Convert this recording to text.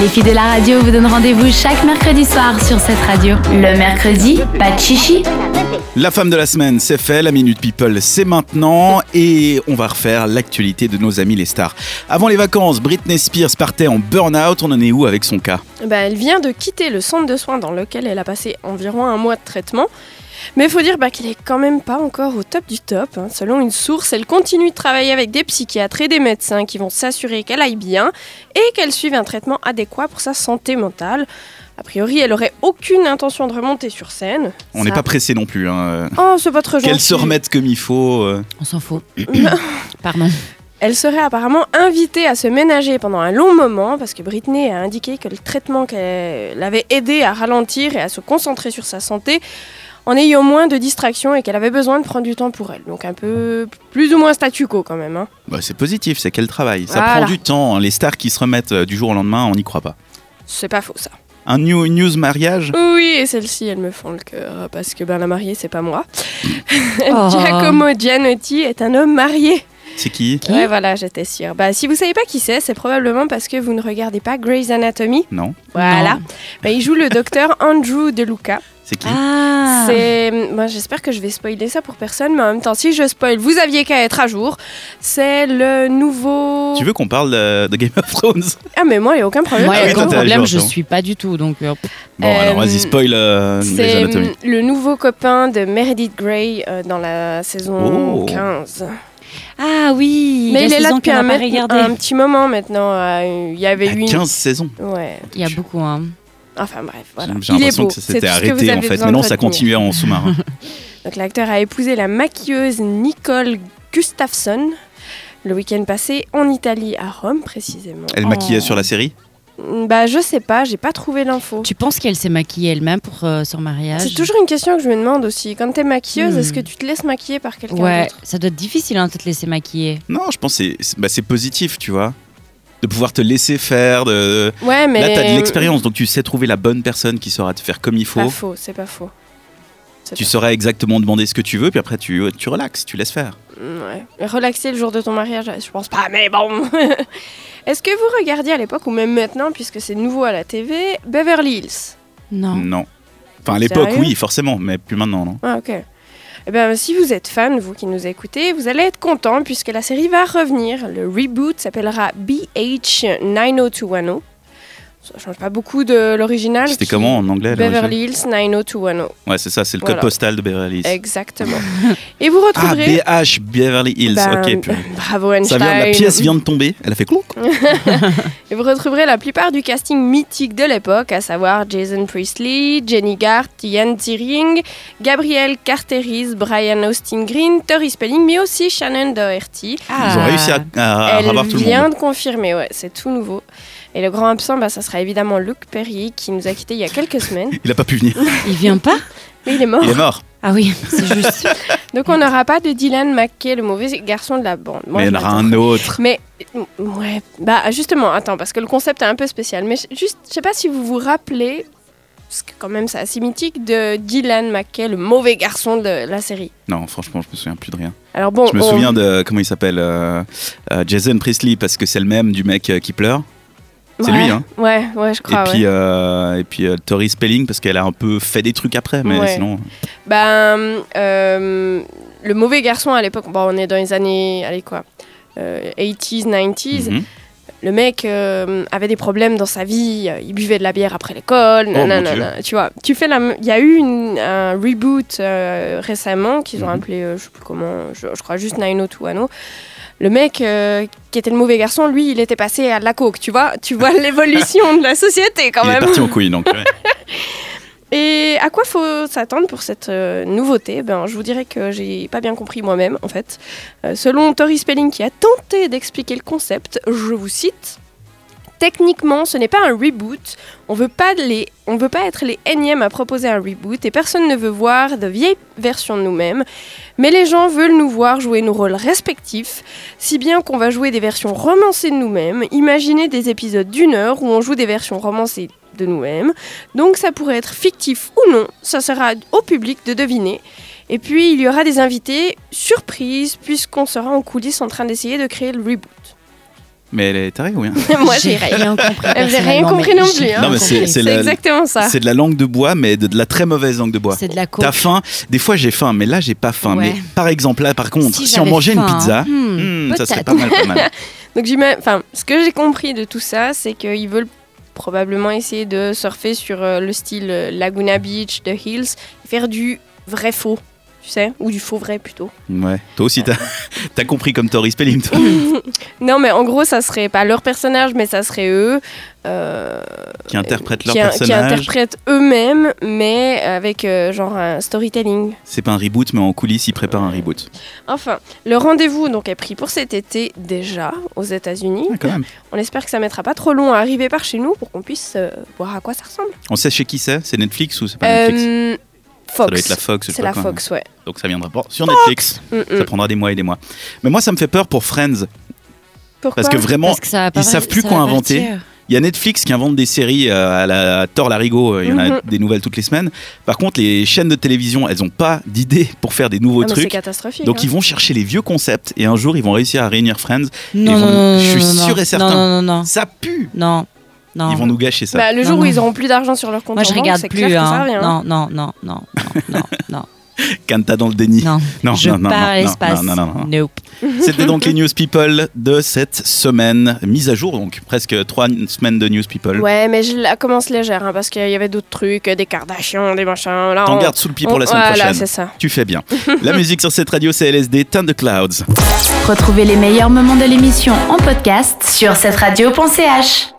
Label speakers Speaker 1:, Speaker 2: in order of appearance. Speaker 1: Les filles de la radio vous donnent rendez-vous chaque mercredi soir sur cette radio. Le mercredi, pas de chichi,
Speaker 2: La femme de la semaine, c'est fait, la Minute People, c'est maintenant et on va refaire l'actualité de nos amis les stars. Avant les vacances, Britney Spears partait en burn-out, on en est où avec son cas
Speaker 3: Bah, elle vient de quitter le centre de soins dans lequel elle a passé environ un mois de traitement. Mais il faut dire bah, qu'elle est quand même pas encore au top du top. hein. Selon une source, elle continue de travailler avec des psychiatres et des médecins qui vont s'assurer qu'elle aille bien et qu'elle suive un traitement adéquat pour sa santé mentale. A priori, elle aurait aucune intention de remonter sur scène.
Speaker 2: On n'est
Speaker 3: Ça-
Speaker 2: pas pressé non plus, hein.
Speaker 3: Oh, c'est pas trop gentil.
Speaker 2: qu'elle se remette comme il faut. euh.
Speaker 4: On s'en fout. Pardon.
Speaker 3: Elle serait apparemment invitée à se ménager pendant un long moment parce que Britney a indiqué que le traitement qu'elle avait aidé à ralentir et à se concentrer sur sa santé en ayant moins de distractions et qu'elle avait besoin de prendre du temps pour elle. Donc un peu plus ou moins statu quo quand même. hein.
Speaker 2: Bah, c'est positif, c'est qu'elle travaille, ça
Speaker 3: Voilà.
Speaker 2: prend du temps, hein. les stars qui se remettent euh, du jour au lendemain, on n'y croit pas.
Speaker 3: C'est pas faux ça.
Speaker 2: Un new, une news mariage
Speaker 3: Oui, et celle-ci, elle me fend le cœur parce que ben, la mariée, c'est pas moi.
Speaker 4: Oh.
Speaker 3: Giacomo Gianotti est un homme marié.
Speaker 2: C'est qui
Speaker 3: ouais, voilà, j'étais sûre. Bah, si vous savez pas qui c'est, c'est probablement parce que vous ne regardez pas Grey's Anatomy.
Speaker 2: Non
Speaker 3: Voilà.
Speaker 4: Non.
Speaker 3: Bah, il joue le docteur Andrew DeLuca.
Speaker 2: C'est qui
Speaker 4: Ah
Speaker 3: C'est, mm, moi, j'espère que je vais spoiler ça pour personne, mais en même temps, si je spoil, vous aviez qu'à être à jour. C'est le nouveau.
Speaker 2: Tu veux qu'on parle euh, de Game of Thrones
Speaker 3: Ah, mais moi, il n'y a aucun problème.
Speaker 4: Moi,
Speaker 2: Ah oui,
Speaker 4: le
Speaker 2: toi, t'es à
Speaker 4: problème,
Speaker 2: jour,
Speaker 4: je
Speaker 2: toi.
Speaker 4: suis pas du tout. Donc, euh,
Speaker 2: Bon,
Speaker 3: Euh,
Speaker 2: alors vas-y, spoil euh, Grey's
Speaker 3: C'est
Speaker 2: Anatomy.
Speaker 3: mm, le nouveau copain de Meredith Grey euh, dans la saison
Speaker 2: Oh.
Speaker 3: 15.
Speaker 4: Ah oui
Speaker 3: mais
Speaker 4: la
Speaker 3: il est là
Speaker 4: saison
Speaker 3: depuis
Speaker 4: qu'on
Speaker 3: un,
Speaker 4: n'a pas
Speaker 3: mét-
Speaker 4: regardée.
Speaker 3: un petit moment maintenant. euh, Il y avait
Speaker 2: Ah,
Speaker 3: une.
Speaker 2: 15 saisons
Speaker 3: Ouais.
Speaker 4: Il y a beaucoup, hein.
Speaker 3: Enfin bref, voilà.
Speaker 2: J'ai
Speaker 3: Il est
Speaker 2: l'impression
Speaker 3: beau.
Speaker 2: que ça
Speaker 3: C'est
Speaker 2: s'était
Speaker 3: tout ce que
Speaker 2: arrêté
Speaker 3: vous
Speaker 2: en
Speaker 3: avez
Speaker 2: fait.
Speaker 3: besoin
Speaker 2: Mais non,
Speaker 3: de
Speaker 2: ça
Speaker 3: retenir.
Speaker 2: continuait en sous-marin.
Speaker 3: Donc l'acteur a épousé la maquilleuse Nicole Gustafsson le week-end passé en Italie, à Rome précisément.
Speaker 2: Elle
Speaker 4: Oh.
Speaker 2: maquillait sur la série
Speaker 3: Mm, Bah je sais pas, j'ai pas trouvé l'info.
Speaker 4: Tu penses qu'elle s'est maquillée elle-même pour euh, son mariage
Speaker 3: C'est toujours une question que je me demande aussi. Quand t'es maquilleuse,
Speaker 4: Hmm.
Speaker 3: est-ce que tu te laisses maquiller par quelqu'un
Speaker 4: Ouais,
Speaker 3: d'autre
Speaker 4: ça doit être difficile hein, de te laisser maquiller.
Speaker 2: Non, je pense que c'est- c'est bah, c'est positif, tu vois. De pouvoir te laisser faire. De...
Speaker 3: Ouais, mais
Speaker 2: Là, t'as de l'expérience, donc tu sais trouver la bonne personne qui saura te faire comme il
Speaker 3: Pas
Speaker 2: faut.
Speaker 3: faux, c'est pas faux. C'est
Speaker 2: Tu
Speaker 3: pas-
Speaker 2: sauras exactement demander ce que tu veux, puis après, tu, tu relaxes, tu laisses faire.
Speaker 3: Mm, ouais. Mais Relaxer le jour de ton mariage, je pense pas, mais bon. est-ce que vous regardiez à l'époque ou même maintenant, puisque c'est nouveau à la TV, Beverly Hills
Speaker 4: Non.
Speaker 2: Non. Enfin, à l'époque,
Speaker 3: Oh. Sérieux
Speaker 2: oui, forcément, mais plus maintenant, non
Speaker 3: Ah, ok. Eh ben, si vous êtes fan, vous qui nous écoutez, vous allez être content puisque la série va revenir. Le reboot s'appellera BH 90210. oh. Ça change pas beaucoup de l'original.
Speaker 2: C'était
Speaker 3: qui-
Speaker 2: comment en anglais à l'origine
Speaker 3: Ah, Beverly Hills 90210.
Speaker 2: Ouais, c'est ça, c'est le code
Speaker 3: Voilà.
Speaker 2: postal de Beverly Hills.
Speaker 3: Exactement. Et vous
Speaker 2: Ah,
Speaker 3: retrouverez.
Speaker 2: BH Beverly Hills.
Speaker 3: Ben,
Speaker 2: ok, purée.
Speaker 3: bravo
Speaker 2: Ça
Speaker 3: Einstein.
Speaker 2: vient, la pièce vient de tomber, elle a fait clonk.
Speaker 3: Et vous retrouverez la plupart du casting mythique de l'époque, à savoir Jason Priestley, Jenny Garth, Ian Ziering, Gabriel Carteris, Brian Austin Green, Tori Spelling, mais aussi Shannon Doherty.
Speaker 4: Ah.
Speaker 2: Ils ont réussi à, à, à
Speaker 3: Elle
Speaker 2: ravoir Ah, tout le
Speaker 3: vient
Speaker 2: monde.
Speaker 3: de confirmer, ouais, c'est tout nouveau. Et le grand absent, bah, ça sera évidemment Luc Perry qui nous a quittés il y a quelques semaines.
Speaker 2: Il a pas pu venir.
Speaker 4: Il vient pas
Speaker 3: Mais il est mort.
Speaker 2: Il est mort.
Speaker 4: Ah oui, c'est juste.
Speaker 3: Donc on n'aura pas de Dylan McKay, le mauvais garçon de la bande. Moi,
Speaker 2: mais il
Speaker 3: je
Speaker 2: y en aura
Speaker 3: m'attends.
Speaker 2: un autre.
Speaker 3: Mais euh, ouais, bah justement, attends, parce que le concept est un peu spécial. Mais je- juste, je sais pas si vous vous rappelez, parce que quand même c'est assez mythique, de Dylan McKay, le mauvais garçon de la série.
Speaker 2: Non, franchement, je me souviens plus de rien.
Speaker 3: Alors bon,
Speaker 2: je me
Speaker 3: on-
Speaker 2: souviens de comment il s'appelle euh, euh, Jason Priestley parce que c'est le même du mec euh, qui pleure. C'est
Speaker 3: Ouais,
Speaker 2: lui, hein.
Speaker 3: Ouais, ouais, je crois.
Speaker 2: et,
Speaker 3: ouais.
Speaker 2: puis, euh, et puis euh, Tori Spelling parce qu'elle a un peu fait des trucs après, mais
Speaker 3: Ouais.
Speaker 2: sinon.
Speaker 3: Ben, euh, le mauvais garçon à l'époque, bon, on est dans les années, allez quoi, euh, 80s, 90s.
Speaker 2: Mhm.
Speaker 3: Le mec euh, avait des problèmes dans sa vie, euh, il buvait de la bière après l'école,
Speaker 2: Oh, mon
Speaker 3: nanana, tu vois. Tu fais la, m- il y a eu une- un reboot euh, récemment qu'ils ont
Speaker 2: Mhm.
Speaker 3: appelé, euh, je sais plus comment, je, je crois juste oh Naino Tuano. Le mec euh, qui était le mauvais garçon, lui, il était passé à la coke, tu vois. Tu vois l'évolution de la société quand
Speaker 2: il est
Speaker 3: même.
Speaker 2: parti en couille donc. ouais.
Speaker 3: Et à quoi faut s'attendre pour cette euh, nouveauté ben, Je vous dirais que j'ai pas bien compris moi-même, en fait. Euh, selon Tori Spelling, qui a tenté d'expliquer le concept, je vous cite Techniquement, ce n'est pas un reboot. On veut pas les, on veut pas être les énièmes à proposer un reboot et personne ne veut voir de vieilles versions de nous-mêmes. Mais les gens veulent nous voir jouer nos rôles respectifs, si bien qu'on va jouer des versions romancées de nous-mêmes. Imaginez des épisodes d'une heure où on joue des versions romancées de nous-mêmes. Donc ça pourrait être fictif ou non, ça sera au public de deviner. Et puis il y aura des invités surprises puisqu'on sera en coulisses en train d'essayer de créer le reboot.
Speaker 2: Mais elle est hein. tarée ou rien
Speaker 3: Moi, j'irai.
Speaker 4: rien compris.
Speaker 3: rien
Speaker 4: personnellement,
Speaker 3: compris
Speaker 4: mais
Speaker 3: non
Speaker 4: j'ai
Speaker 3: plus, hein.
Speaker 2: Non, mais
Speaker 4: compris.
Speaker 2: C'est
Speaker 3: C'est
Speaker 2: la-
Speaker 3: exactement ça.
Speaker 2: C'est de la langue de bois, mais de, de la très mauvaise langue de bois.
Speaker 4: C'est de la coke.
Speaker 2: T'as faim Des fois j'ai faim, mais là j'ai pas faim.
Speaker 4: Ouais.
Speaker 2: Mais par exemple là, par contre, si, on
Speaker 4: j'avais
Speaker 2: mangeait une
Speaker 4: faim,
Speaker 2: pizza,
Speaker 4: hmm,
Speaker 2: hmm, ça serait
Speaker 4: peut-être.
Speaker 2: pas mal quand même.
Speaker 3: Donc j'imagine, enfin, ce que j'ai compris de tout ça, c'est qu'ils veulent probablement essayer de surfer sur euh, le style euh, Laguna Beach, The Hills, faire du vrai faux, tu sais, ou du faux vrai plutôt.
Speaker 2: Ouais. Toi aussi t'as t'as compris comme Tori Spelling. toi.
Speaker 3: Non, mais en gros, ça serait pas leur personnage, mais ça serait eux. euh,
Speaker 2: qui interprètent leur
Speaker 3: qui, qui
Speaker 2: personnage.
Speaker 3: interprètent eux-mêmes, mais avec euh, genre un storytelling.
Speaker 2: C'est pas un reboot, mais en coulisses ils préparent un reboot.
Speaker 3: Enfin, le rendez-vous donc est pris pour cet été déjà aux États-Unis.
Speaker 2: Ah, quand même.
Speaker 3: On espère que ça mettra pas trop long à arriver par chez nous pour qu'on puisse euh, voir à quoi ça ressemble.
Speaker 2: On sait chez qui c'est C'est Netflix ou c'est pas Netflix
Speaker 3: Euh,
Speaker 2: Ça
Speaker 3: Fox.
Speaker 2: doit être la Fox. je sais
Speaker 3: C'est
Speaker 2: pas
Speaker 3: la
Speaker 2: quoi.
Speaker 3: Fox, ouais.
Speaker 2: Donc ça viendra pas sur Netflix.
Speaker 3: Mm, mm.
Speaker 2: Ça prendra des mois et des mois. Mais moi ça me fait peur pour Friends
Speaker 3: Pourquoi
Speaker 2: parce que vraiment
Speaker 4: Parce que ça va pas-
Speaker 2: savent plus
Speaker 4: ça
Speaker 2: quoi
Speaker 4: va
Speaker 2: inventer.
Speaker 4: partir.
Speaker 2: Il y a Netflix qui invente des séries euh, à la Thor Larigot, euh, il y en a
Speaker 3: Mhm.
Speaker 2: des nouvelles toutes les semaines. Par contre, les chaînes de télévision, elles n'ont pas d'idée pour faire des nouveaux
Speaker 3: Ah, mais C'est
Speaker 2: trucs.
Speaker 3: catastrophique.
Speaker 2: Donc
Speaker 3: hein.
Speaker 2: ils vont chercher les vieux concepts et un jour ils vont réussir à réunir Friends.
Speaker 4: Non,
Speaker 2: vont-
Speaker 4: non, non,
Speaker 2: je suis
Speaker 4: non, non,
Speaker 2: sûr et
Speaker 4: non,
Speaker 2: certain.
Speaker 4: Non, non, non,
Speaker 2: Ça pue
Speaker 4: non, non.
Speaker 2: Ils vont nous gâcher ça.
Speaker 3: Ah. Bah, le
Speaker 4: Non,
Speaker 3: jour où
Speaker 4: non.
Speaker 3: ils auront plus d'argent sur leur compte
Speaker 4: Moi, je
Speaker 3: en banque,
Speaker 4: regarde
Speaker 3: c'est
Speaker 4: plus.
Speaker 3: clair que
Speaker 4: hein.
Speaker 3: ça revient.
Speaker 4: Non, non, non, non, non, non,
Speaker 2: Canta dans le déni.
Speaker 4: non,
Speaker 2: Non,
Speaker 4: non. Je
Speaker 2: non, non,
Speaker 4: pars
Speaker 2: non,
Speaker 4: à l'espace.
Speaker 2: non, non, non, non.
Speaker 4: Nope.
Speaker 2: C'était donc les News People de cette semaine. Mise à jour, donc presque trois semaines de News People.
Speaker 3: Ouais, mais je la commence légère hein, parce qu'il y avait d'autres trucs, euh, des Kardashians, des machins. Là,
Speaker 2: T'en
Speaker 3: on-
Speaker 2: gardes sous le pied pour
Speaker 3: on-
Speaker 2: la semaine
Speaker 3: Oh, voilà,
Speaker 2: prochaine.
Speaker 3: c'est ça.
Speaker 2: Tu fais bien. La musique sur cette radio, c'est LSD Thunderclouds.
Speaker 1: Retrouvez les meilleurs moments de l'émission en podcast sur cette radio.ch.